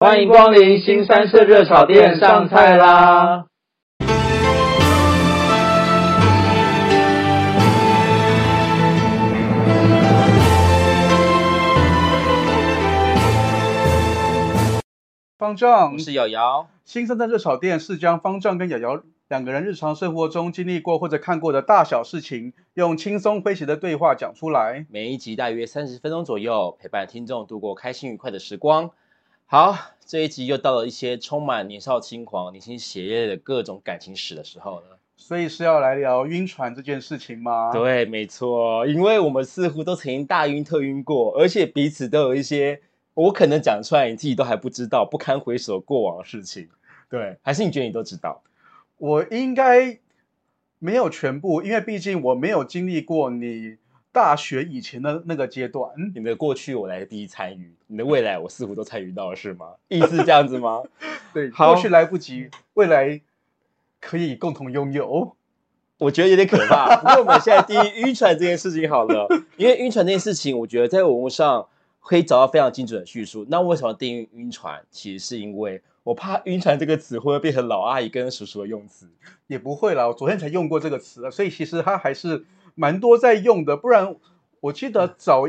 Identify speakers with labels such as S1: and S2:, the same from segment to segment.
S1: 欢迎光临新三色热炒店，上菜啦！
S2: 方丈
S3: 我是瑶瑶，
S2: 新生的热炒店是将方丈跟瑶瑶两个人日常生活中经历过或者看过的大小事情，用轻松诙谐的对话讲出来。
S3: 每一集大约三十分钟左右，陪伴听众度过开心愉快的时光。好，这一集又到了一些充满年少轻狂、年轻血液的各种感情史的时候了。
S2: 所以是要来聊晕船这件事情吗？，
S3: 对，没错，因为我们似乎都曾经大晕特晕过，而且彼此都有一些我可能讲出来你自己都还不知道、不堪回首的过往的事情。对，还是你觉得你都知道？
S2: 我应该没有全部，因为毕竟我没有经历过你大学以前的那个阶段。
S3: 你的过去我来第一参与，你的未来我似乎都参与到了，是吗？意思这样子吗？
S2: 对，
S3: 好
S2: 过去来不及，未来可以共同拥有。
S3: 我觉得有点可怕。 不过我们现在第一晕船这件事情好了，因为晕船这件事情，我觉得在网络上可以找到非常精准的叙述。那为什么定义晕船？其实是因为我怕“晕船”这个词会变成老阿姨跟叔叔的用词。
S2: 也不会啦，我昨天才用过这个词啊了，所以其实它还是蛮多在用的。不然我记
S3: 嗯
S2: 得早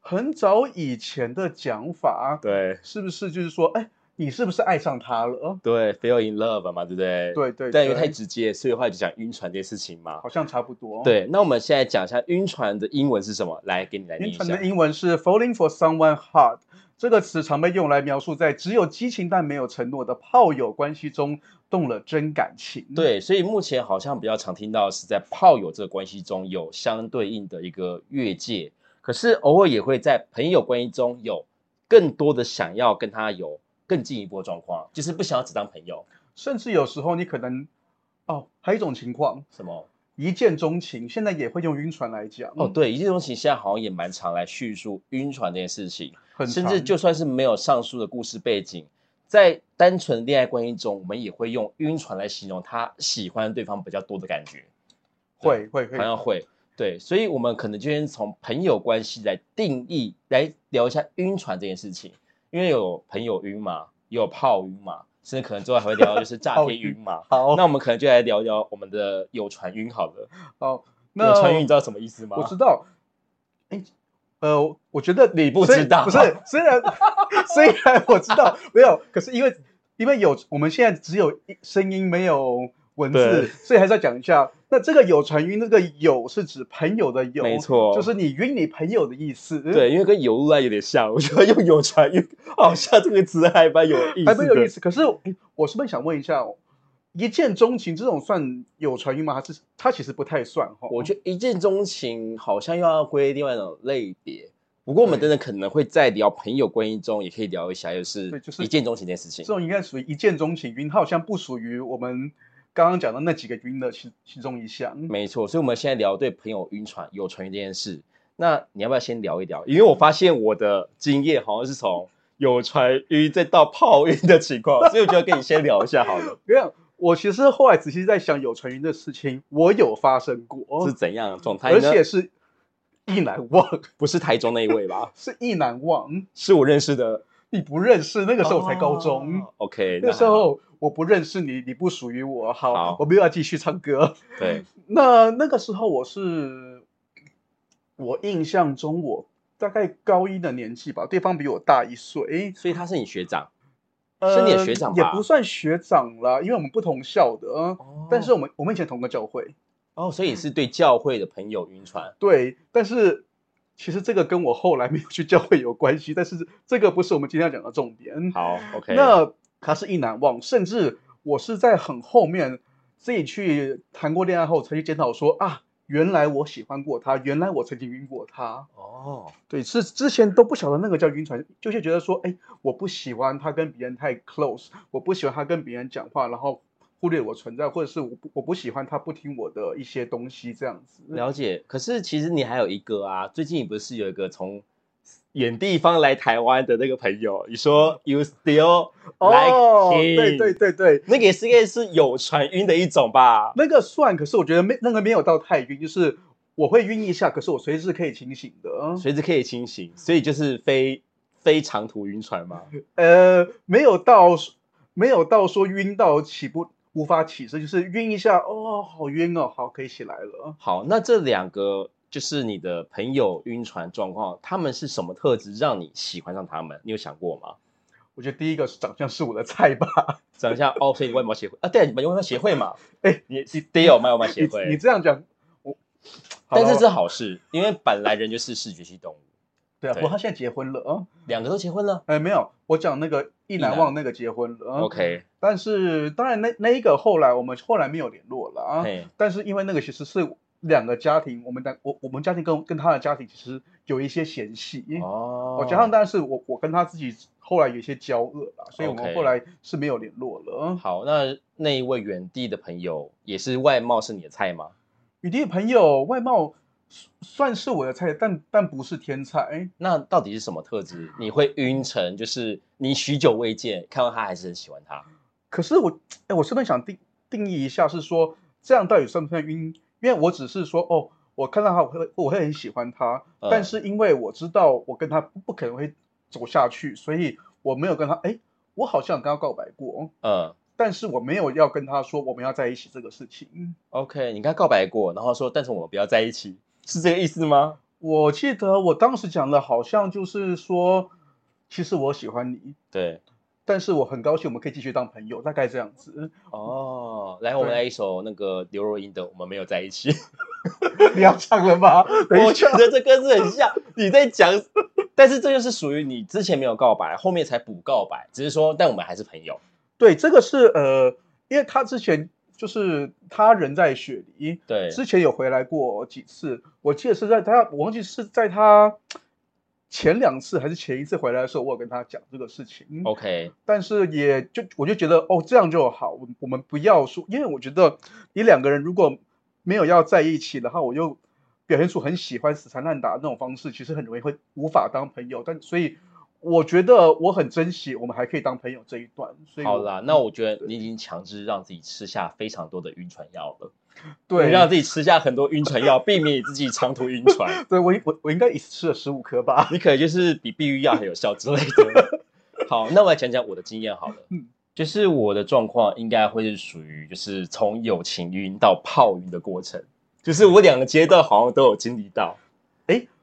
S2: 很早以前的讲法，啊
S3: 对
S2: 是不是就是说，哎，你是不是爱上他了？
S3: 对，feel in love 嘛，对不对？
S2: 对对
S3: 但因为太
S2: 对
S3: 直接，所以后来就讲晕船这件事情嘛
S2: 好。像差不多。，
S3: 对，那我们现在讲一下晕船的英文是什么？来，给你来念
S2: 晕
S3: 一下
S2: 船。的英文是 falling for someone hard。这个词常被用来描述在只有激情但没有承诺的炮友关系中动了真感情。，
S3: 对，所以目前好像比较常听到是在炮友这个关系中有相对应的一个越界，可是偶尔也会在朋友关系中有更多的想要跟他有更进一步的状况，就是不想要只当朋友，
S2: 甚至有时候你可能，哦，还有一种情况，
S3: 什么？
S2: 一见钟情，现在也会用晕船来讲。
S3: 哦，，对，一见钟情现在好像也蛮常来叙述晕船这件事情，
S2: 很
S3: 甚
S2: 常
S3: 至就算是没有上述的故事背景，在单纯恋爱关系中，我们也会用晕船来形容他喜欢对方比较多的感觉。
S2: 会会会
S3: 好，像会。对，所以我们可能就先从朋友关系来定义，来聊一下晕船这件事情，因为有朋友晕嘛，也有炮晕嘛，甚至可能之后还会聊到就是诈
S2: 炮
S3: 骗
S2: 晕哦
S3: 晕嘛。
S2: 好，
S3: 那我们可能就来聊一聊我们的有船晕好了。
S2: 好，那
S3: 有船晕你知道什么意思吗？
S2: 我知道，哎，呃，我觉得
S3: 你不
S2: 虽
S3: 知道
S2: 不是，虽 然虽然我知道没有，可是因为因为有我们现在只有一声音没有文字
S3: 对，
S2: 所以还是要讲一下。那这个有传晕，那个有是指朋友的有，
S3: 没错
S2: 就是你晕你朋友的意思。
S3: 对，，因为跟游路来有点像，我觉得用有船晕，好像这个词还蛮有意思的。
S2: 还蛮有意思。可是诶我是不是想问一下哦？一见钟情这种算有传晕吗？还是它其实不太算哈？
S3: 我觉得一见钟情好像又要归另外一种类别，不过我们
S2: 对
S3: 真的可能会在聊朋友关系中，也可以聊一下，就是
S2: 对就是
S3: 一见钟情这件事情
S2: 这。种应该属于一见钟情晕，它好像不属于我们刚刚讲的那几个晕的其其中一项。
S3: 没错，所以我们现在聊对朋友晕船、有船晕这件事，那你要不要先聊一聊？因为我发现我的经验好像是从有船晕再到泡晕的情况，所以我觉得跟你先聊一下 好了，
S2: 没有，我其实后来仔细在想有船晕的事情，我有发生过
S3: 是，怎样的状态呢？
S2: 哦而且是意难忘，
S3: 不是台中那一位吧？
S2: 是意难忘。
S3: 是我认识的，
S2: 你不认识， 那个时候我才高中，
S3: 哦 OK，
S2: 那
S3: 那
S2: 时
S3: 还好
S2: 候我不认识你，你不属于我。好，
S3: 好
S2: 我们又要继续唱歌。
S3: 对，
S2: 那那个时候我是，我印象中我大概高一的年纪吧，对方比我大一岁。
S3: 所以他是你学长，
S2: 呃
S3: 是你的学长
S2: 也
S3: 吧
S2: 不算学长啦，因为我们不同校的，哦但是我们我们以前同个教会，
S3: 哦，所以是对教会的朋友晕船，
S2: 对，但是其实这个跟我后来没有去教会有关系，但是这个不是我们今天要讲的重点。
S3: 好，OK，
S2: 那他是一难忘，甚至我是在很后面自己去谈过恋爱后才去检讨说啊，原来我喜欢过他，原来我曾经晕过他。
S3: 哦，
S2: 对，是之前都不晓得那个叫晕船，就是觉得说，哎，我不喜欢他跟别人太 close，我不喜欢他跟别人讲话，然后忽略我存在，或者是我不我不喜欢他不听我的一些东西这样子。
S3: 了解。可是其实你还有一个啊，最近你不是有一个从远地方来台湾的那个朋友，你说 you still like him，、
S2: 哦，对对，对对，
S3: 那个也是应该是有船晕的一种吧？
S2: 那个算，可是我觉得没那个没有到太晕，就是我会晕一下，可是我随时可以清醒的。
S3: 随时可以清醒，所以就是非非长途晕船 吗？
S2: 呃，没有到没有到说晕到起不无法起身，就是晕一下，哦，好晕哦，好可以起来了。
S3: 好，那这两个就是你的朋友晕船状况，他们是什么特质让你喜欢上他们？你有想过吗？
S2: 我觉得第一个是长相是我的菜吧，
S3: 讲 一下哦，所以你外貌协会啊，对，你们外貌协会嘛，
S2: 哎
S3: 你你得有外貌协
S2: 你你
S3: 会，
S2: 这样讲，我，好
S3: 但
S2: 了
S3: 是这好事，因为本来人就是视觉系动物，
S2: 对啊，不
S3: 对
S2: 过他现在结婚了啊，
S3: 两个都结婚了
S2: 哎，没有，我讲那个意
S3: 男
S2: 难忘那个结婚
S3: 嗯
S2: 了啊
S3: ，OK，
S2: 但是当然那那一个后来我们后来没有联络了啊，
S3: 嘿，
S2: 但是因为那个其实是两个家庭，我们的我我们家庭跟跟他的家庭其实有一些嫌隙，
S3: 哦，
S2: 我加上，但是我我跟他自己后来有一些交恶啦，所以我
S3: OK
S2: 们后来是没有联络了。嗯
S3: 好，那那一位远地的朋友也是外貌是你的菜吗？
S2: 雨滴的朋友外貌算算是我的菜，但但不是天才。
S3: 那到底是什么特质你会晕成？就是你许久未见，看到他还是很喜欢他。
S2: 可是我哎，我顺便想定定义一下，是说这样到底算不算晕？因为我只是说哦，我看到他我会我会很喜欢他，
S3: 嗯
S2: 但是因为我知道我跟他不不可能会走下去，所以我没有跟他哎，我好像有跟他告白过，
S3: 嗯
S2: 但是我没有要跟他说我们要在一起这个事情。
S3: ，OK，你跟他告白过，然后说，但是我们不要在一起，是这个意思吗？
S2: 我记得我当时讲的好像就是说，其实我喜欢你，
S3: 对，
S2: 但是我很高兴我们可以继续当朋友，大概这样子。
S3: 哦，来，我们
S2: 对
S3: 来一首那个刘若英的《我们没有在一起》，
S2: 你要唱了吗？等
S3: 我
S2: 一
S3: 觉
S2: 下，
S3: 得这歌是很像你在讲，但是这就是属于你之前没有告白，后面才补告白，只是说，但我们还是朋友。
S2: 对，这个是呃，因为他之前就是他人在雪梨，
S3: 对，
S2: 之前有回来过几次，我记得是在他，我忘记是在他前两次还是前一次回来的时候，我有跟他讲这个事情。
S3: OK，
S2: 但是也就我就觉得哦，这样就好，我们我们不要说，因为我觉得你两个人如果没有要在一起，然后我又表现出很喜欢死缠烂打那种方式，其实很容易会无法当朋友。但所以我觉得我很珍惜我们还可以当朋友这嗯一段。所以
S3: 好
S2: 了，
S3: 啦，那我觉得你已经强制让自己吃下非常多的晕船药了。
S2: 对
S3: 你让自己吃下很多晕船药，避免你自己长途晕船。
S2: 对我应我我应该一次吃了十五颗吧。
S3: 你可能就是比避孕药还有效之类的。 好，那我来讲讲我的经验好了。
S2: 嗯
S3: 就是我的状况应该会是属于就是从友情晕到泡晕的过程，就是我两个阶段好像都有经历到。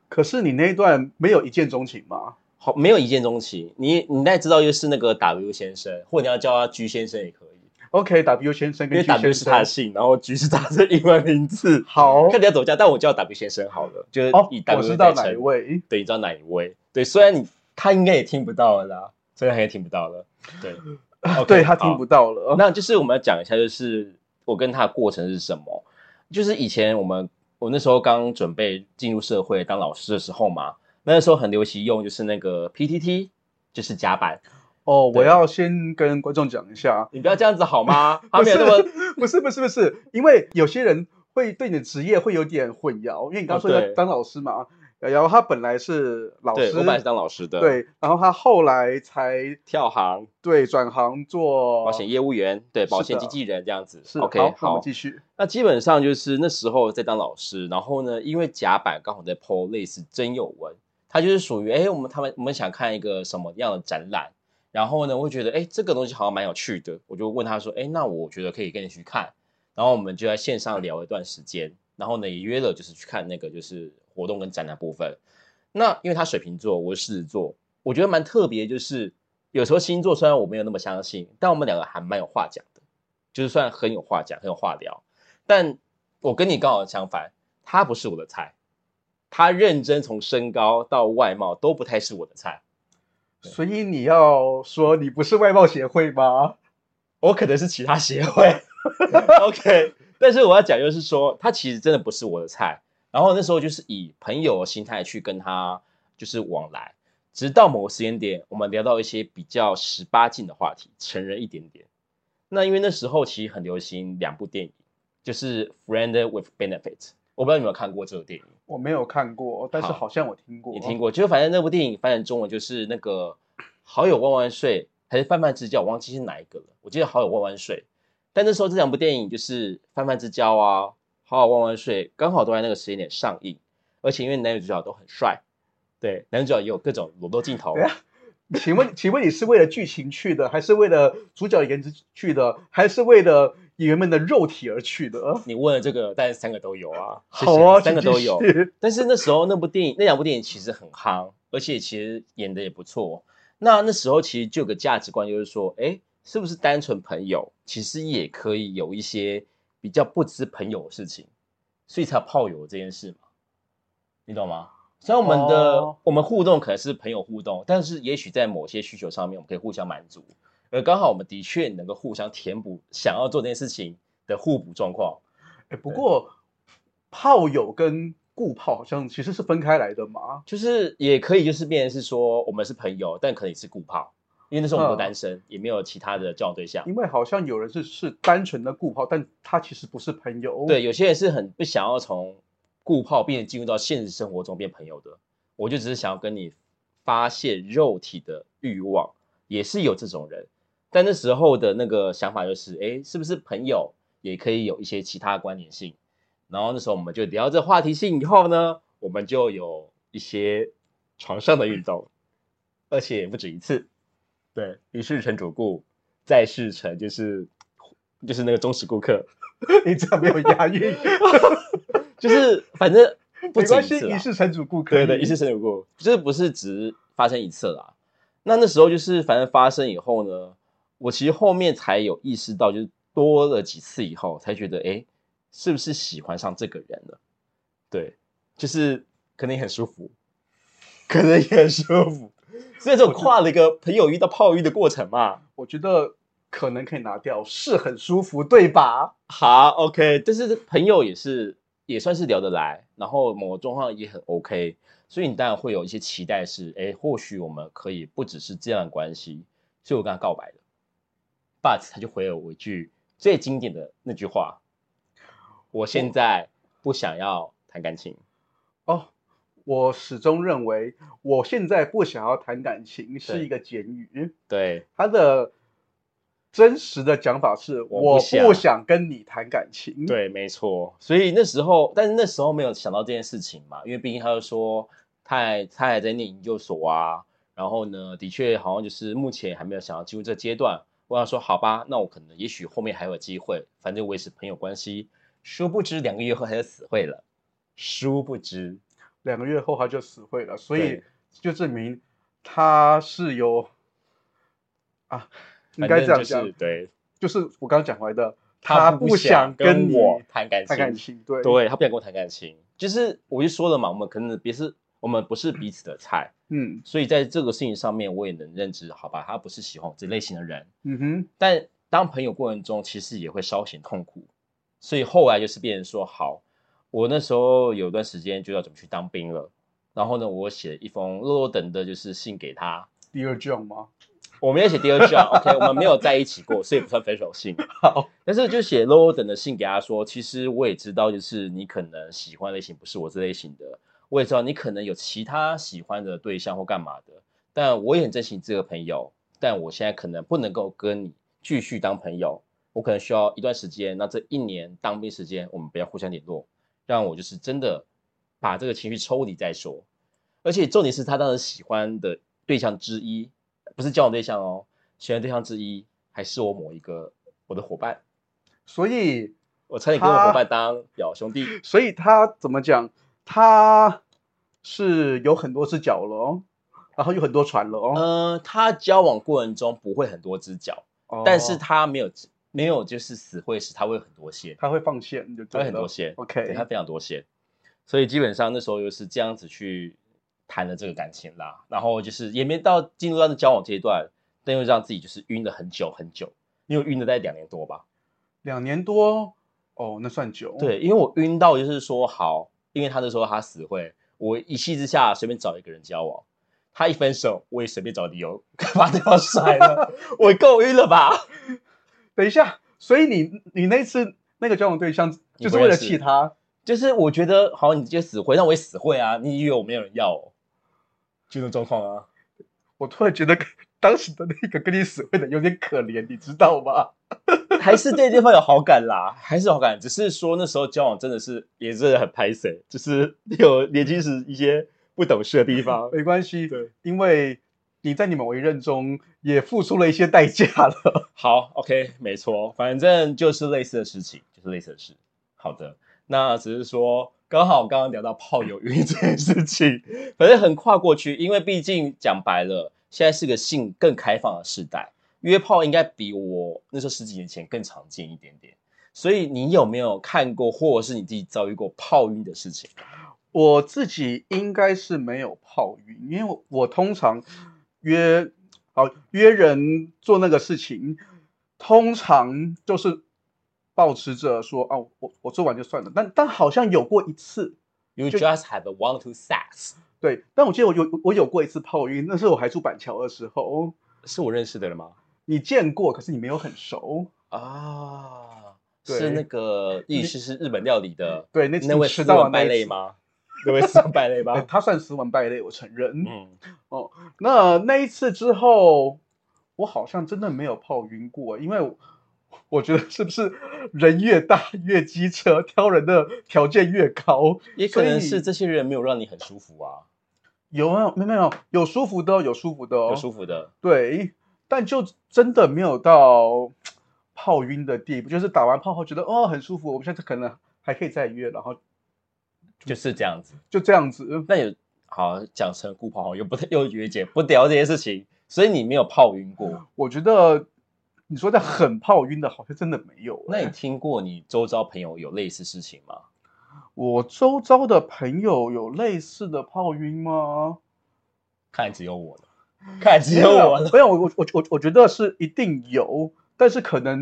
S2: 可是你那一段没有一见钟情吗？
S3: 好，没有一见钟情，你你大概知道就是那个 W 先生，或者你要叫他 G 先生也可以，
S2: OK W 先生
S3: 因
S2: 跟
S3: 为
S2: G 先
S3: W 是他的
S2: 生
S3: 姓，然后 G 是他的英文名字。
S2: 好
S3: 看你要怎么叫，但我叫 W 先生好了，就是
S2: 哦
S3: 以，
S2: 我
S3: W
S2: 知道
S3: 代
S2: 哪
S3: 称
S2: 一位。
S3: 对，你知道哪一位？对，虽然你他应该也听不到了啦，虽然他也听不到了， 对，OK，
S2: 对他听
S3: 好
S2: 不到了，
S3: 那就是我们要讲一下，就是我跟他的过程是什么？就是以前我们我那时候刚准备进入社会当老师的时候嘛，那时候很流行用就是那个 PTT，就是甲板。
S2: 哦，我
S3: 对
S2: 要先跟观众讲一下，
S3: 你不要这样子好吗？他
S2: 不
S3: 没有
S2: 是
S3: 那么
S2: 不是不 是不是，因为有些人会对你的职业会有点混淆，因为你刚
S3: 哦
S2: 刚说要
S3: 对
S2: 当老师嘛，然后他本来是老
S3: 对
S2: 师，
S3: 我本来是当老师的，，
S2: 对，然后他后来才
S3: 跳行
S2: 对转行做
S3: 保险，业务员，对，保
S2: 哦是
S3: 险
S2: 的
S3: 经纪人这样子。
S2: 是
S3: OK，
S2: 好，那我
S3: 好
S2: 们，继续，
S3: 那基本上就是那时候在当老师，然后呢，因为甲板刚好在 PO 类似真有文，它就是属于哎，诶我们他们我们想看一个什么样的展览，然后呢，我会觉得哎，诶这个东西好像蛮有趣的，我就问他说，哎，那我觉得可以跟你去看，然后我们就在线上聊一段时间，然后呢也约了就是去看那个就是活动跟展览部分。那因为他水瓶座，我是狮子座，我觉得蛮特别，就是有时候星座虽然我没有那么相信，但我们两个还蛮有话讲的，就是算很有话讲，很有话聊。但我跟你刚好相反，他不是我的菜，他认真从身高到外貌都不太是我的菜。对
S2: 所以你要说你不是外貌协会吗？
S3: 我可能是其他协会，OK。但是我要讲就是说，他其实真的不是我的菜。然后那时候就是以朋友的心态去跟他就是往来，直到某个时间点，我们聊到一些比较十八禁的话题，成人一点点。那因为那时候其实很流行两部电影，就是《Friend with Benefit》，我不知道你有没有看过这个电影。
S2: 我没有看过，但是
S3: 好
S2: 好像我听过，
S3: 你听过？就是反正那部哦电影翻成中文就是那个“好友万万岁”还是“泛泛之交”，我忘记是哪一个了。我记得“好友万万岁”，但那时候这两部电影就是《泛泛之交》啊，《好友万万岁》刚好都在那个时间点上映，而且因为男女主角都很帅，对，男女主角也有各种裸露镜头啊
S2: 等一。下请问， 请问你是为了剧情去的，还是为了主角颜值去的，还是为了演员们的肉体而去的？
S3: 你问了这个，但是三个都有啊，谢谢
S2: 好啊，
S3: 三个
S2: 请
S3: 都
S2: 继
S3: 有。
S2: 续
S3: 但是那时候那部电影，那两部电影其实很夯，而且其实演的也不错。那那时候其实就有个价值观，就是说，哎，是不是单纯朋友，其实也可以有一些比较不知朋友的事情，所以才有炮友这件事嘛，你懂吗？虽然我们的、
S2: 哦
S3: 我们互动可能是朋友互动，但是也许在某些需求上面，我们可以互相满足，而刚好我们的确能够互相填补想要做这件事情的互补状况。
S2: 哎，不过炮友跟固炮好像其实是分开来的嘛。
S3: 就是也可以，就是变成是说我们是朋友，但可能也是顾炮，因为那时候我们都
S2: 嗯
S3: 单身，也没有其他的交往对象。
S2: 因为好像有人是是单纯的固炮，但他其实不是朋友。
S3: 对，，有些人是很不想要从顾炮变进入到现实生活中变朋友的，我就只是想要跟你发泄肉体的欲望，也是有这种人。但那时候的那个想法就是，哎，是不是朋友也可以有一些其他的关联性？然后那时候我们就聊这话题性以后呢，我们就有一些床上的运动，而且不止一次。对，一事成主顾，再事成就是就是那个忠实顾客。
S2: 你这样没有押韵，
S3: 就是 反正 不
S2: 没
S3: 止一
S2: 关系，
S3: 次
S2: 一嗯
S3: 啦，
S2: 世成主顾客。
S3: 对对，一次生有过，就是不是只发生一次啦。那那时候就是反正发生以后呢，我其实后面才有意识到，就是多了几次以后才觉得，哎，是不是喜欢上这个人了？对，就是可能也很舒服， 可能也很舒服。所以这种跨了一个朋友遇到炮遇的过程嘛，
S2: 我觉得可能可以拿掉，是很舒服，对吧？
S3: 好，OK，但是朋友也是也算是聊得来，然后某个状况也很 OK，所以你当然会有一些期待是，哎，或许我们可以不只是这样的关系，所以我跟他告白了，but 他就回了我一句最经典的那句话，我现在不想要谈感情，
S2: 哦，我始终认为我现在不想要谈感情是一个简语，
S3: 对，
S2: 它的真实的讲法是
S3: 我
S2: 我
S3: 不想
S2: 不想跟你谈感情。，
S3: 对，没错。所以那时候，但是那时候没有想到这件事情嘛，因为毕竟他就说他还他还在念研究所啊，然后呢，的确好像就是目前还没有想要进入这阶段。我想说，好吧，那我可能也许后面还有机会，反正我也是朋友关系。殊不知两个月后他就死会了，殊不知，
S2: 两个月后他就死会了，所以
S3: 对
S2: 就证明他是有啊，应
S3: 反
S2: 该
S3: 正
S2: 这样
S3: 就是
S2: 讲，
S3: 对，
S2: 就是我刚刚讲回的，
S3: 他
S2: 不
S3: 想
S2: 跟你
S3: 我谈感
S2: 谈
S3: 情，
S2: 感情，对
S3: 对他不想跟我谈感情，就是我就说了嘛，我们可能别是我们不是彼此的菜。
S2: 嗯
S3: 所以在这个事情上面，我也能认知，好吧，他不是喜欢我这类型的人。
S2: 嗯哼。
S3: 但当朋友过程中，其实也会稍显痛苦，所以后来就是变成说，好，我那时候有段时间就要准备去当兵了，然后呢，我写了一封落落等的就是信给他，
S2: 第二卷吗？
S3: 我们要写第二句啊，OK，我们没有在一起过，所以不算分手信。
S2: 好，
S3: 但是就写 low 等的信给他说，其实我也知道，就是你可能喜欢类型不是我这类型的，我也知道你可能有其他喜欢的对象或干嘛的，但我也很珍惜你这个朋友，但我现在可能不能够跟你继续当朋友，我可能需要一段时间，那这一年当兵时间，我们不要互相联络，让我就是真的把这个情绪抽离再说。而且重点是他当时喜欢的对象之一，不是交往对象哦，喜欢对象之一还是我某一个我的伙伴。
S2: 所以
S3: 我差点跟我
S2: 他
S3: 伙伴当表兄弟，
S2: 所以他怎么讲？他是有很多只脚了哦，然后有很多船了哦。
S3: 嗯、他交往过程中不会很多只脚，
S2: 哦
S3: 呃但是他没有没有就是死会时，他会很多线，
S2: 他会放线，就
S3: 他
S2: 对
S3: 会很多
S2: 了。
S3: 线
S2: OK
S3: 对他非常多线，所以基本上那时候就是这样子去谈的这个感情啦，然后就是也没到进入到那交往阶段，但又让自己就是晕了很久很久，因为我晕了大概两年多吧，
S2: 两年多哦，那算久。，
S3: 对，因为我晕到就是说好，因为他那时候他死会，我一气之下随便找一个人交往，他一分手我也随便找理由 把对方甩了，我够晕了吧？
S2: 等一下，所以你你那次那个交往对象
S3: 你
S2: 就是
S3: 不
S2: 为了
S3: 认识
S2: 气他，
S3: 就是我觉得好，你直接死会，那我也死会啊，你以为我没有人要哦？就这种状况啊，
S2: 我突然觉得当时的那个跟你死会的有点可怜，你知道吗？
S3: 还是对对方有好感啦，还是有好感，只是说那时候交往真的是也是很拍谁，就是有年轻时一些不懂事的地方，
S2: 没关系，
S3: 对，
S2: 因为你在你们为任中也付出了一些代价了。
S3: 好，OK，没错，反正就是类似的事情，就是类似的事。好的，那只是说刚好刚刚聊到炮友晕这件事情， 反正很跨过去，因为毕竟讲白了，现在是个性更开放的时代，约炮应该比我那时候十几年前更常见一点点。所以你有没有看过，或者是你自己遭遇过炮晕的事情？
S2: 我自己应该是没有泡晕，因为我我通常约好约人做那个事情，通常就是保持着说啊，我我做完就算了。但但好像有过一次，
S3: You just have a want to sex，
S2: 对，但我记得我有我有过一次泡晕，那是我还住板桥的时候，
S3: 是我认识的人吗？
S2: 你见过，可是你没有很熟。
S3: 啊，
S2: 对
S3: 是那个意思是日本料理的，
S2: 对那次
S3: 那位
S2: 迟
S3: 斯
S2: 到的
S3: 文败
S2: 那一
S3: 类
S2: 次
S3: 吗？那位斯文败类
S2: 呃
S3: 吗？
S2: 他算斯文败类，我承认。
S3: 嗯，
S2: 那那一次之后，我好像真的没有泡晕过，因为我我觉得是不是人越大越机车，挑人的条件越高？
S3: 也可能
S2: 所
S3: 是
S2: 以
S3: 这些人没有让你很舒服啊，
S2: 有啊，没有没有有舒服的哦，有舒服的哦
S3: 很，舒服的。
S2: 对，但就真的没有到泡晕的地步，就是打完泡后觉得哦很舒服，我们下次可能还可以再约，然后
S3: 就是这样子，
S2: 就这样子。
S3: 那有好讲成顾跑又不 又约姐不聊这些事情，所以你没有泡晕过。
S2: 我觉得你说的很泡晕的，好像真的没有欸。
S3: 那你听过你周遭朋友有类似事情吗？
S2: 我周遭的朋友有类似的泡晕 吗？
S3: 看来只有我了，看来只
S2: 嗯没
S3: 有
S2: 有
S3: 我了。
S2: 没有，我我我我觉得是一定有，但是可能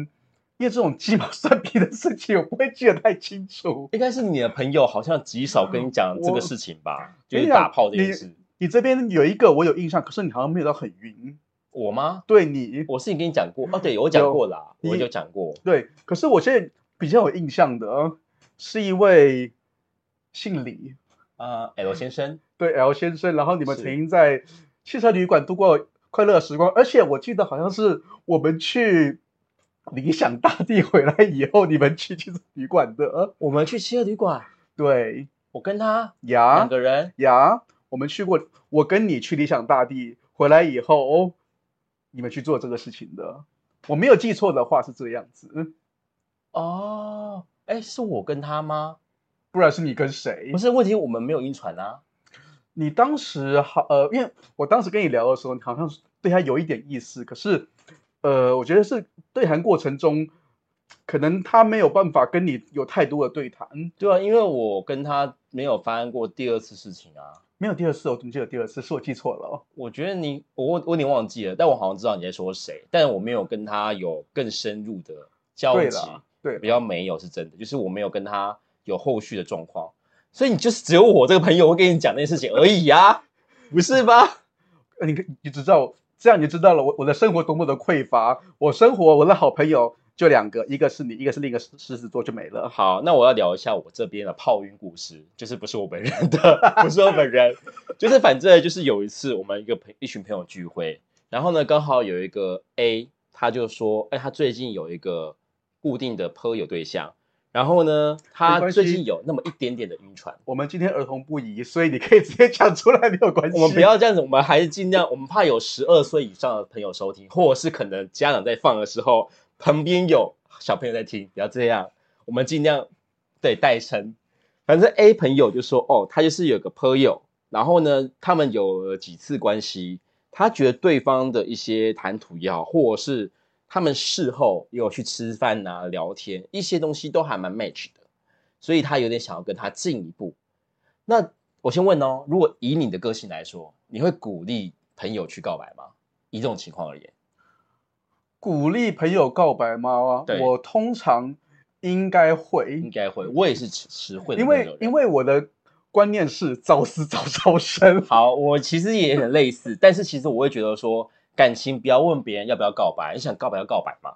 S2: 因为这种鸡毛蒜皮的事情，我不会记得太清楚。
S3: 应该是你的朋友好像极少跟你讲这个
S2: 我
S3: 事情吧，就
S2: 跟
S3: 是
S2: 你
S3: 打
S2: 讲
S3: 炮这件
S2: 你
S3: 事。
S2: 你这边有一个我有印象，可是你好像没有到很晕。
S3: 我吗？
S2: 对你，
S3: 我是已经跟你讲过哦，对我讲过啦，
S2: 你
S3: 我有讲过。
S2: 对，可是我现在比较有印象的是一位姓李，
S3: 啊 l 先生，
S2: 对 L 先生，然后你们
S3: 是
S2: 曾经在汽车旅馆度过快乐的时光，而且我记得好像是我们去理想大地回来以后，你们去汽车旅馆的，呃
S3: 我们去七个旅馆，
S2: 对
S3: 我跟他两
S2: 呀
S3: 个人，
S2: 呀，我们去过，我跟你去理想大地回来以后，哦，你们去做这个事情的，我没有记错的话是这样子，嗯
S3: 哦，哎，是我跟他吗？
S2: 不然是你跟谁
S3: 不？是，问题我们没有晕船啊。
S2: 你当时好，呃，因为我当时跟你聊的时候，你好像是对他有一点意思，可是，呃，我觉得是对谈过程中，可能他没有办法跟你有太多的对谈，
S3: 对啊，因为我跟他没有发生过第二次事情啊。
S2: 没有第二次，哦我怎么记得有第二次？是我记错了哦。
S3: 我觉得你，我我我有点忘记了，但我好像知道你在说谁，但我没有跟他有更深入的交
S2: 对
S3: 集，
S2: 了，对
S3: 比
S2: 了，
S3: 较没有是真的，就是我没有跟他有后续的状况，所以你就是只有我这个朋友会跟你讲那些事情而已啊，不是吧？
S2: 呃你看，你知道，这样你就知道了我我的生活多么的匮乏。我生活，我的好朋友就两个，一个是你，一个是另一个狮狮子座，就没了。
S3: 好，那我要聊一下我这边的泡晕故事，就是不是我本人的， 不是我本人，就是反正就是有一次我们一个朋一群朋友聚会，然后呢刚好有一个 A，他就说，哎，他最近有一个固定的朋友对象，然后呢
S2: 没
S3: 他
S2: 关系
S3: 最近有那么一点点的晕船，
S2: 我们今天儿童不宜，所以你可以直接讲出来，没有关系。
S3: 我们不要这样子，我们还是尽量，我们怕有十二岁以上的朋友收听，或者是可能家长在放的时候，旁边有小朋友在听，不要这样，我们尽量对代称。反正 A 朋友就说，哦，他就是有个朋友，然后呢，他们有了几次关系，他觉得对方的一些谈吐也好，或者是他们事后也有去吃饭啊、聊天，一些东西都还蛮 match 的，所以他有点想要跟他进一步。那我先问哦，如果以你的个性来说，你会鼓励朋友去告白吗？以这种情况而言，
S2: 鼓励朋友告白吗
S3: 对？
S2: 我通常应该会
S3: 应，该会。我也是实实惠的
S2: 因
S3: 那种
S2: 为
S3: 人。
S2: 因为我的观念是早死早超生。
S3: 好，我其实也很类似，但是其实我会觉得说，感情不要问别人要不要告白，你想告白要告白嘛。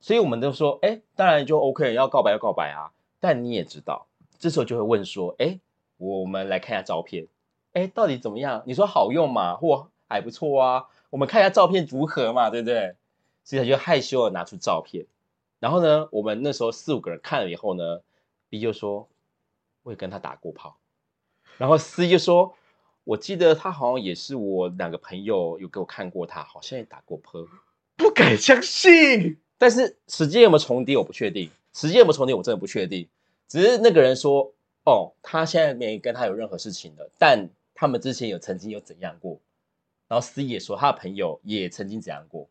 S3: 所以我们都说，哎，当然就 OK，要告白要告白啊。但你也知道，这时候就会问说，哎，我们来看一下照片，哎，到底怎么样？你说好用嘛，或还不错啊？我们看一下照片如何嘛，对不对？所以他就害羞的拿出照片，然后呢，我们那时候四五个人看了以后呢，B 就说，我也跟他打过炮，然后 C 就说，我记得他好像也是我两个朋友有给我看过他，好像也打过喷，
S2: 不敢相信。
S3: 但是时间有没有重叠我不确定，时间有没有重叠我真的不确定。只是那个人说，哦，他现在没跟他有任何事情了，但他们之前有曾经有怎样过。然后 C 也说他的朋友也曾经怎样过。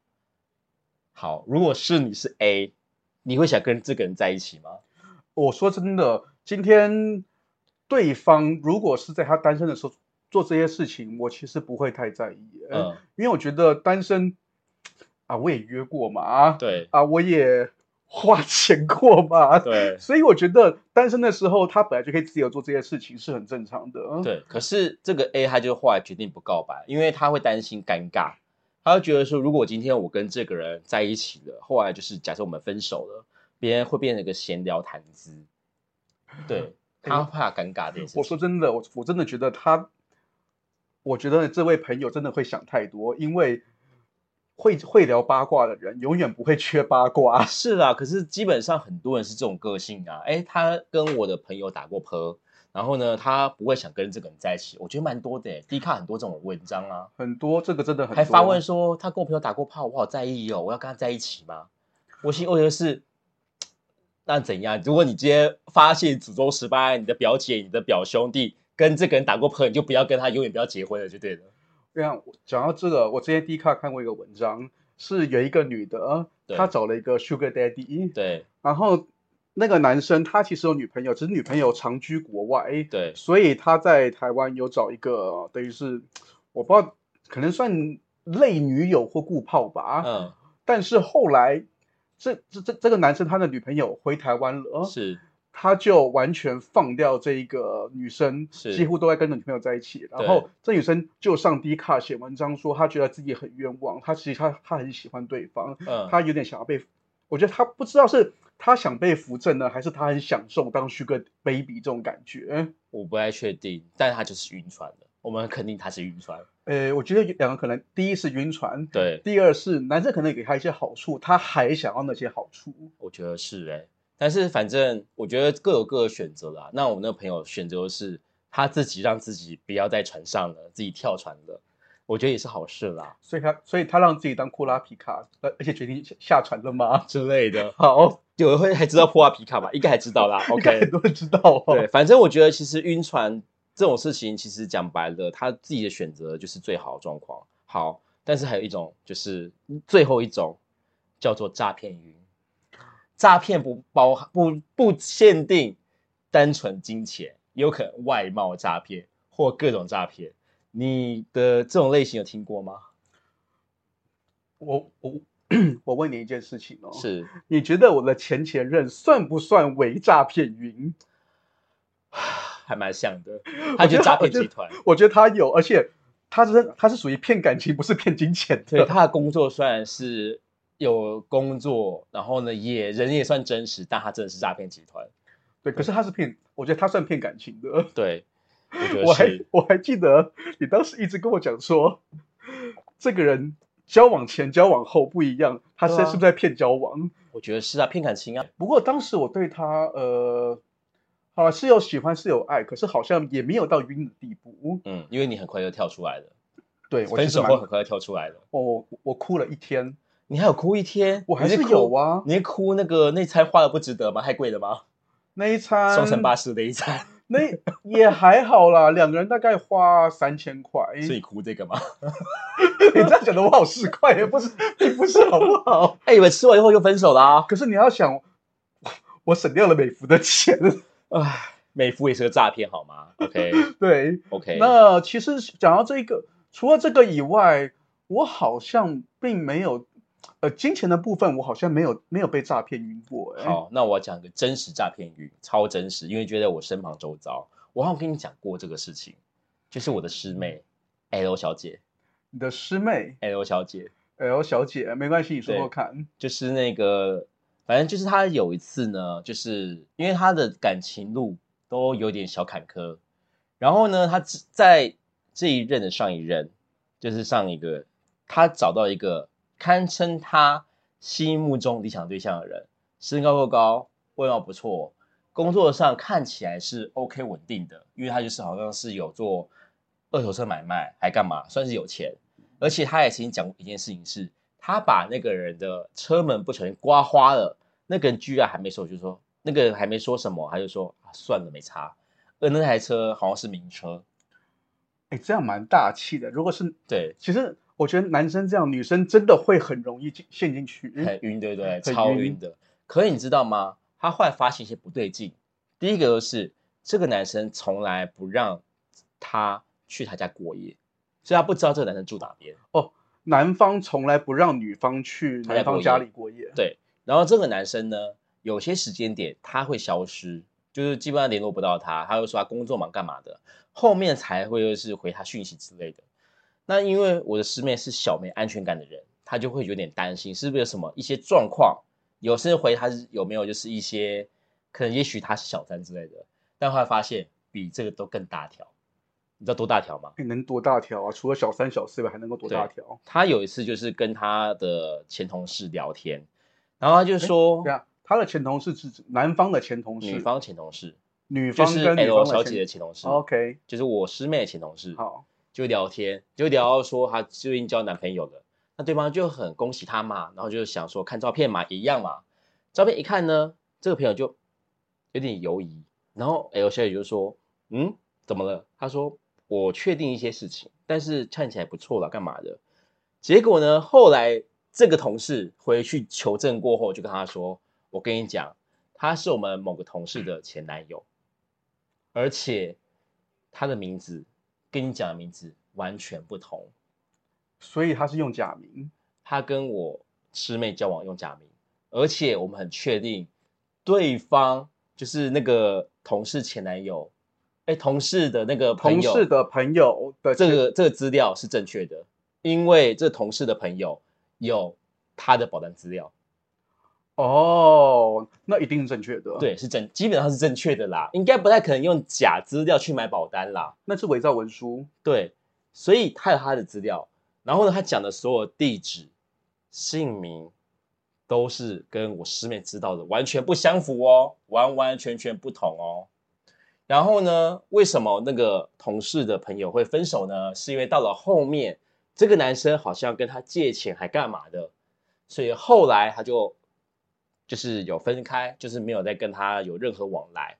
S3: 好，如果是你是 A，你会想跟这个人在一起吗？
S2: 我说真的，今天对方如果是在他单身的时候做这些事情，我其实不会太在意，呃
S3: 嗯，
S2: 因为我觉得单身啊，我也约过嘛，啊，
S3: 对
S2: 啊，我也花钱过嘛，
S3: 对
S2: 所以我觉得单身的时候，他本来就可以自由做这些事情，是很正常的。嗯，
S3: 对。可是这个 A 他就后来决定不告白，因为他会担心尴尬，他会觉得说，如果今天我跟这个人在一起了，后来就是假设我们分手了，别人会变成一个闲聊谈资， 对他怕尴尬这件事情。
S2: 我说真的，我我真的觉得他，我觉得这位朋友真的会想太多，因为会会聊八卦的人永远不会缺八
S3: 啊，
S2: 卦。
S3: 是啦，可是基本上很多人是这种个性啊。哎，他跟我的朋友打过泼，然后呢，他不会想跟这个人在一起。我觉得蛮多的耶，低卡很多这种文章啊，
S2: 很多这个真的很
S3: 还发
S2: 多
S3: 问说他跟我朋友打过炮，我好在意哦，我要跟他在一起吗？我心我觉得是，那怎样？如果你今天发现祖宗十八代，你的表姐、你的表兄弟跟这个人打过炮，你就不要跟他，永远不要结婚了，就对了。
S2: 这样，讲到这个，啊我之前 D 卡看过一个文章，是有一个女的，
S3: 对
S2: 她找了一个 Sugar Daddy，
S3: 对
S2: 然后那个男生他其实有女朋友，只是女朋友长居国外，
S3: 对，
S2: 所以他在台湾有找一个，等于是我不知道，可能算类女友或顾炮吧。
S3: 嗯，
S2: 但是后来，这这这这个男生他的女朋友回台湾了，
S3: 是
S2: 他就完全放掉这一个女生，
S3: 是
S2: 几乎都在跟女朋友在一起。然后这女生就上 D 卡写文章说，她觉得自己很冤枉，她其实她她很喜欢对方，
S3: 嗯，
S2: 她有点想要被，我觉得她不知道是她想被扶正呢，还是她很享受当 Sugar Baby 这种感觉。
S3: 我不太确定，但他就是晕船的，我们很肯定他是晕船。
S2: 呃，我觉得有两个可能，第一是晕船，
S3: 对，
S2: 第二是男生可能给她一些好处，她还想要那些好处。
S3: 我觉得是哎、但是反正我觉得各有各的选择啦。那我那个朋友选择的是他自己让自己不要在船上了，自己跳船了，我觉得也是好事啦
S2: 所以她，所以她让自己当库拉皮卡，呃而且决定下下船了吗？
S3: 之类的。 好，有人会还知道破瓦皮卡吧？应该还知道啦。
S2: 应该
S3: OK，
S2: 很多人知道哦。
S3: 对，反正我觉得其实晕船这种事情，其实讲白了，他自己的选择就是最好的状况。好，但是还有一种就是最后一种叫做诈骗晕，诈骗不包含不不限定单纯金钱，也有可能外貌诈骗或各种诈骗。你的这种类型有听过吗？
S2: 我我我 问你一件事情哦，
S3: 是，
S2: 你觉得我的前前任算不算伪诈骗云？
S3: 还蛮像的，他就是诈骗集团。
S2: 我觉得他有，而且他是他是属于骗感情，不是骗金钱
S3: 对，
S2: 的。
S3: 他的工作虽然是有工作，然后呢也人也算真实，但他真的是诈骗集团。
S2: 对，可是他是骗，我觉得他算骗感情的。
S3: 对，我 觉
S2: 我
S3: 得
S2: 还
S3: 是
S2: 我还记得你当时一直跟我讲说，这个人交往前、交往后不一样，他是、
S3: 对啊
S2: 是不是在骗交往？
S3: 我觉得是啊，骗感情啊。
S2: 不过当时我对他，呃，好了，是有喜欢，是有爱，可是好像也没有到晕的地步。
S3: 嗯，因为你很快就跳出来了，
S2: 对，我
S3: 分
S2: 其实
S3: 手
S2: 蛮哦
S3: 后很快就跳出来了。
S2: 我我哭了一天，
S3: 你还有哭一天？
S2: 我还
S3: 你
S2: 是
S3: 哭
S2: 有。啊。
S3: 你是哭那个那餐花的不值得吗？太贵了吗？
S2: 那一餐
S3: 双层巴士那一餐，
S2: 那也还好啦，两个人大概花三千块。
S3: 所以
S2: 你
S3: 你哭这个吗？
S2: 这样讲的我好市侩，也不是，并不是好不好？
S3: 哎，你们吃完以后就分手啊啦、
S2: 可是你要想， 我我省掉了美服的钱。
S3: 啊？唉，美肤也是个诈骗好吗？OK
S2: 对，
S3: OK，
S2: 那其实讲到这个，除了这个以外，我好像并没有，呃，金钱的部分我好像没有没有被诈骗晕过、哎，
S3: 好，那我讲个真实诈骗语，超真实，因为觉得我身旁周遭，我好像跟你讲过这个事情，就是我的师妹 L 小姐
S2: 你的师妹
S3: ，L 小姐
S2: L 小姐，没关系，你说
S3: 对
S2: 说看。
S3: 就是那个，反正就是她有一次呢，就是因为她的感情路都有点小坎坷，然后呢，她自在这一任的上一任，就是上一个，她找到一个堪称她心目中理想对象的人，身高够高，外貌不错，工作上看起来是 OK 稳定的，因为他就是好像是有做二手车买卖，还干嘛？算是有钱。而且他也曾经讲过一件事情是，他把那个人的车门不小心刮花了，那个人居然还没说，就说那个人还没说什么，他就说、啊、算了，没差。而那台车好像是名车，
S2: 哎，这样蛮大气的。如果是，
S3: 对，
S2: 其实我觉得男生这样，女生真的会很容易进陷进去。
S3: 很晕，对不
S2: 很
S3: 对？超
S2: 晕
S3: 晕的。可是你知道吗？他后来发现一些不对劲。第一个就是这个男生从来不让他去他家过夜，所以他不知道这个男生住哪边。
S2: 男方从来不让女方去
S3: 他在
S2: 男
S3: 过
S2: 方
S3: 夜
S2: 家里过夜。
S3: 对，然后这个男生呢，有些时间点他会消失，就是基本上联络不到他，他会说他工作忙干嘛的，后面才会就是回他讯息之类的。那因为我的师妹是小没安全感的人，她就会有点担心，是不是有什么一些状况？有甚至回他是有没有就是一些可能，也许他是小三之类的，但后来发现比这个都更大条，你知道多大条吗？
S2: 哎，能多大条啊？除了小三小四以外，还能够多大条？
S3: 他有一次就是跟他的前同事聊天，然后他就说
S2: 对啊，他的前同事是指男方的前同事，
S3: 女方前同事，
S2: 女
S3: 就
S2: 方
S3: 是
S2: 跟女
S3: L
S2: 方的
S3: 小姐
S2: 前
S3: 的前同事，
S2: OK，
S3: 就是我师妹的前同事，
S2: 好，
S3: 就聊天，就聊到说她最近交男朋友了，那对方就很恭喜她嘛，然后就想说看照片嘛，一样嘛，照片一看呢，这个朋友就有点犹疑，然后 L 小姐就说，嗯，怎么了？她说我确定一些事情，但是看起来不错了，干嘛的？结果呢，后来这个同事回去求证过后，就跟她说，我跟你讲，他是我们某个同事的前男友，而且他的名字跟你讲的名字完全不同。
S2: 所以他是用假名。
S3: 他跟我师妹交往用假名，而且我们很确定对方就是那个同事前男友，哎，同事的那个朋
S2: 同
S3: 友
S2: 事的朋友的
S3: 这
S2: 前
S3: 个这个资料是正确的，因为这同事的朋友有他的保单资料。
S2: 哦，那一定是正确的。，
S3: 对，是正，基本上是正确的啦，应该不太可能用假资料去买保单啦。
S2: 那是伪造文书。
S3: 对，所以他有他的资料，然后呢，他讲的所有地址、姓名都是跟我师妹知道的完全不相符哦，完完全全不同哦。然后呢，为什么那个同事的朋友会分手呢？是因为到了后面，这个男生好像跟他借钱还干嘛的，所以后来他就就是有分开，就是没有再跟他有任何往来。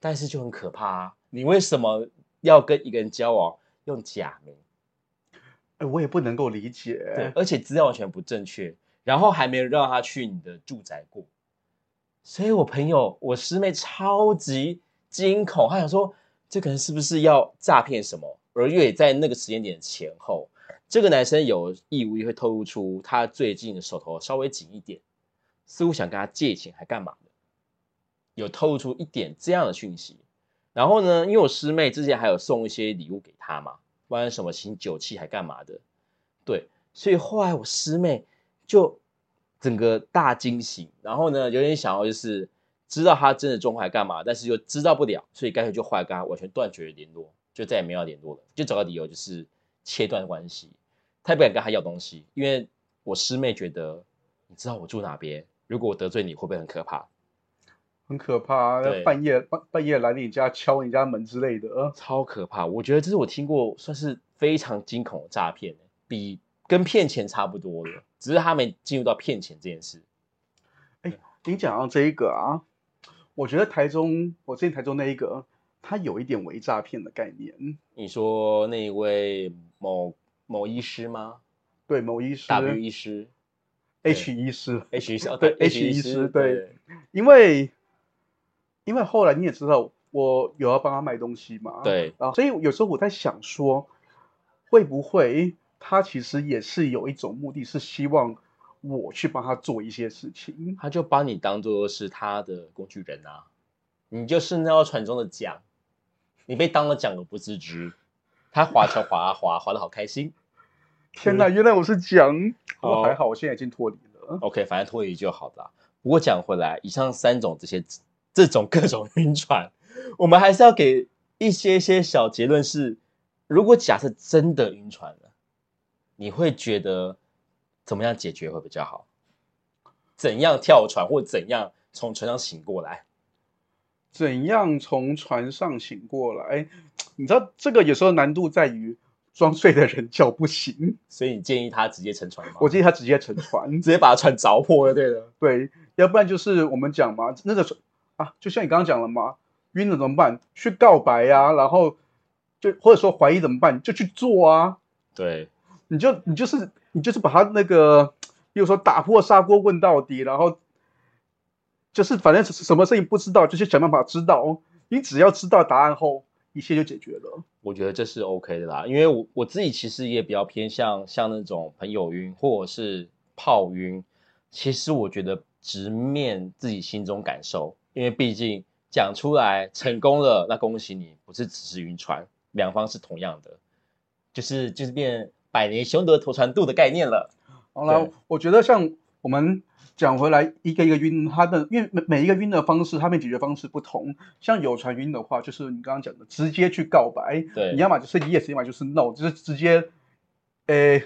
S3: 但是就很可怕啊！你为什么要跟一个人交往用假名？
S2: 哎，我也不能够理
S3: 对
S2: 解，。
S3: 而且资料完全不正确，然后还没有让他去你的住宅过。所以我朋友，我师妹超级惊恐，她想说这个人是不是要诈骗什么？而越在那个时间点前后，这个男生有意无意会透露出他最近的手头稍微紧一点，似乎想跟他借钱还干嘛的，有透露出一点这样的讯息。然后呢，因为我师妹之前还有送一些礼物给他嘛，不然什么醒酒器还干嘛的，对，所以后来我师妹就整个大惊喜，然后呢，有点想要就是知道他真的状况还干嘛，但是又知道不了，所以干脆就后来跟他完全断绝联络，就再也没有联络了，就找个理由就是切断关系。他也不敢跟他要东西，因为我师妹觉得你知道我住哪边，如果我得罪你会不会很可怕？
S2: 很可怕啊
S3: 对，
S2: 半夜半半夜来你家敲你家门之类的。呃
S3: 超可怕！我觉得这是我听过算是非常惊恐的诈骗，欸比跟骗钱差不多了，只是他没进入到骗钱这件事。
S2: 你讲到这一个啊，我觉得台中，我之前台中那一个，它有一点伪诈骗的概念。
S3: 你说那一位某某医师吗
S2: 对，某医师
S3: ？W 医师
S2: H 医师，
S3: ，H 医师哦，
S2: 对
S3: H
S2: H 医
S3: 师，
S2: 师对因为因为后来你也知道，我有要帮他卖东西嘛，
S3: 对
S2: 啊，所以有时候我在想说，会不会他其实也是有一种目的，是希望我去帮他做一些事情？
S3: 他就把你当做是他的工具人啊，你就是那艘船中的桨，你被当了桨而不自知，他划船划啊划，划的好开心。
S2: 天哪，原来我是讲，不
S3: 好
S2: 过还好，我现在已经脱离了。
S3: OK，反正脱离就好啦。不过讲回来，以上三种这些这种各种晕船，我们还是要给一些些小结论是：如果假设真的晕船了，你会觉得怎么样解决会比较好？怎样跳船或怎样从船上醒过来？
S2: 怎样从船上醒过来？你知道这个有时候难度在于装睡的人叫不醒。
S3: 所以你建议他直接乘船吗？
S2: 我建议他直接沉船
S3: 你，直接把船凿破就对了。
S2: 对，要不然就是我们讲嘛，那个船啊，就像你刚刚讲了嘛，晕了怎么办？去告白呀、然后就或者说怀疑怎么办？就去做啊，
S3: 对，
S2: 你就你就是你就是把他那个，比如说打破砂锅问到底，然后就是反正什么事情不知道，就去想办法知道。哦你只要知道答案后，一切就解决了。
S3: 我觉得这是 OK 的啦，因为我我自己其实也比较偏向像那种朋友晕或者是炮晕，其实我觉得直面自己心中感受，因为毕竟讲出来成功了，那恭喜你，不是只是晕船，两方是同样的，就是就是变百年修得同船渡的概念了。
S2: 好了
S3: 对，
S2: 我觉得像我们讲回来，一个一个晕，它的因为每每一个晕的方式，它们解决方式不同。像有船晕的话，就是你刚刚讲的，直接去告白，
S3: 对
S2: 你要么就是 yes，要么就是 no，就是直接，诶，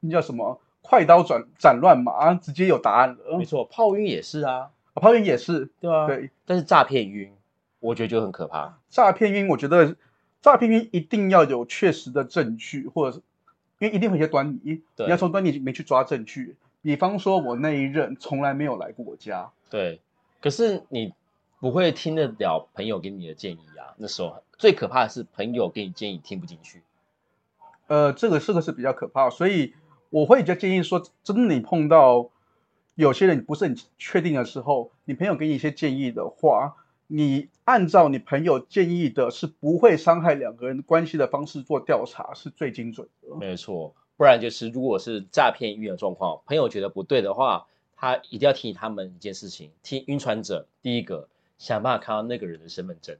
S2: 那叫什么？快刀斩斩乱麻，直接有答案了
S3: 没。错，炮晕也是啊，
S2: 啊泡面也是，
S3: 对啊，。
S2: 对，
S3: 但是诈骗晕，我觉得就很可怕。
S2: 诈骗晕，我觉得诈骗晕一定要有确实的证据，或者是因为一定会有一些端倪，你
S3: 对
S2: 要从端倪里面去抓证据。比方说，我那一任从来没有来过我家，
S3: 对，可是你不会听得了朋友给你的建议啊。那时候最可怕的是朋友给你建议听不进去。
S2: 呃，这个这个是比较可怕，所以我会比较建议说，真的你碰到有些人不是很确定的时候，你朋友给你一些建议的话，你按照你朋友建议的是不会伤害两个人关系的方式做调查是最精准的。
S3: 没错，不然就是如果是诈骗晕的状况，朋友觉得不对的话，他一定要提醒他们一件事情：听晕船者，第一个想办法看到那个人的身份证，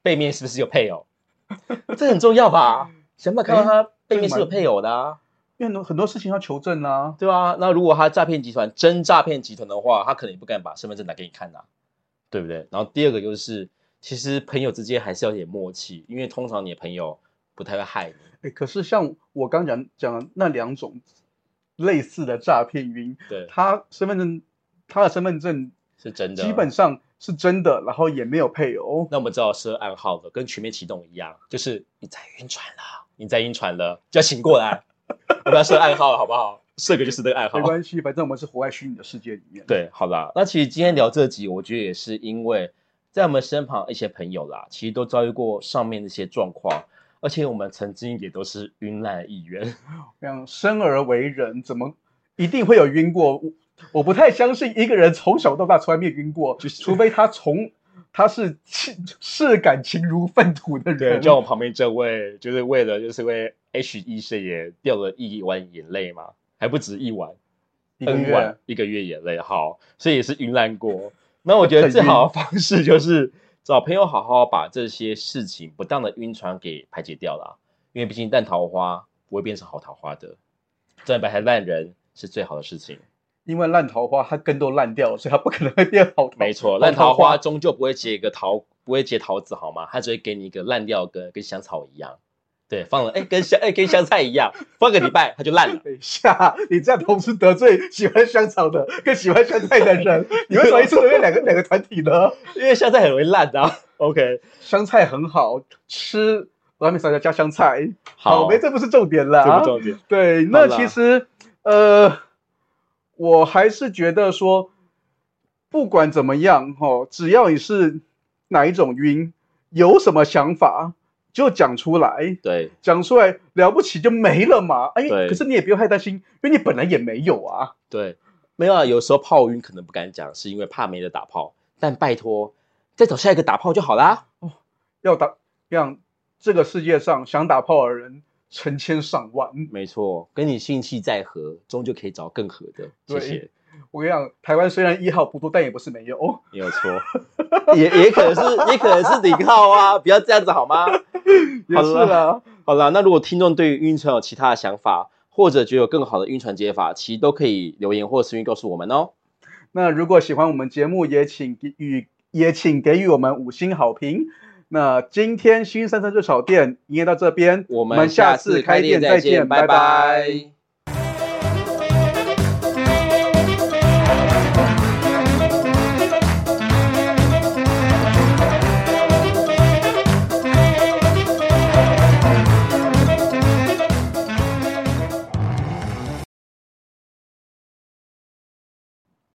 S3: 背面是不是有配偶， 这很重要吧？想办法看到他背面是有配偶的啊。
S2: 因为很多很多事情要求证啊，
S3: 对啊，那如果他诈骗集团真诈骗集团的话，他可能也不敢把身份证拿给你看呐、对不对？然后第二个就是，其实朋友之间还是要有点默契，因为通常你的朋友不太会害你。
S2: 哎，可是像我刚讲讲的那两种类似的诈骗晕，
S3: 对，
S2: 他身份证他的身份证
S3: 是真的。
S2: 基本上是真的，然后也没有配偶。
S3: 那我们知道设暗号的，跟全面启动一样，就是你在晕船了，你在晕船了，就要醒过来。我们要设暗号了，好不好？设个就是这个暗号
S2: 没。关系，反正我们是活在虚拟的世界里面。
S3: 对，好啦，那其实今天聊这集，我觉得也是因为在我们身旁一些朋友啦，其实都遭遇过上面那些状况，而且我们曾经也都是晕烂的一员。
S2: 像生而为人，怎么一定会有晕过？我我不太相信一个人从小到大从来没有晕过，
S3: 就是
S2: 除非他从他是视视感情如粪土的
S3: 对，
S2: 人。
S3: 就像我旁边这位，就是为了就是为 H 医生也掉了一碗眼泪嘛，还不止一碗，
S2: 一个
S3: N
S2: 月
S3: 碗一个月眼泪，好，所以也是晕烂过。 那我觉得最好的方式就是找朋友好好把这些事情不当的晕船给排解掉啦，因为毕竟烂桃花不会变成好桃花的，站白台烂人是最好的事情。
S2: 因为烂桃花，它根都烂掉了，所以它不可能会变好桃。
S3: 没错，烂桃花终究不会结一个桃，不会结桃子，好吗？它只会给你一个烂掉的根，跟香草一样。对，放了哎，跟香哎跟香菜一样，放个礼拜它就烂了。
S2: 等一下，你这样同时得罪喜欢香草的跟喜欢香菜的人，你为什么一次得罪两个两个团体呢？
S3: 因为香菜很容易烂的、啊。OK，
S2: 香菜很好吃，我还没少加加香菜。
S3: 好，
S2: 没这啊不是重点啦。
S3: 这不重点。
S2: 对，
S3: 好
S2: 那
S3: 啦
S2: 其实呃，我还是觉得说，不管怎么样哦，只要你是哪一种晕，有什么想法就讲出来，
S3: 对，
S2: 讲出来了不起就没了嘛。哎，
S3: 对
S2: 可是你也不用太担心，因为你本来也没有啊。
S3: 对，没有啊，有时候炮晕可能不敢讲，是因为怕没得打炮。但拜托，再找下一个打炮就好啦。
S2: 要打让这个世界上想打炮的人成千上万。
S3: 没错，跟你性气再合，终究可以找更合的。谢
S2: 对
S3: 谢，
S2: 我跟你讲，台湾虽然一号不多，但也不是没有。
S3: 没有错，也也可能是也可能是零号啊，不要这样子好吗？
S2: 也
S3: 好
S2: 是
S3: 啦
S2: 啦，
S3: 好啦，那如果听众对于晕船有其他的想法，或者觉得有更好的晕船解法，其实都可以留言或私信告诉我们哦。
S2: 那如果喜欢我们节目，也请给予也请给予我们五星好评。那今天新三生热炒店营业到这边，
S3: 我们下次开店再见，
S2: 拜
S3: 拜拜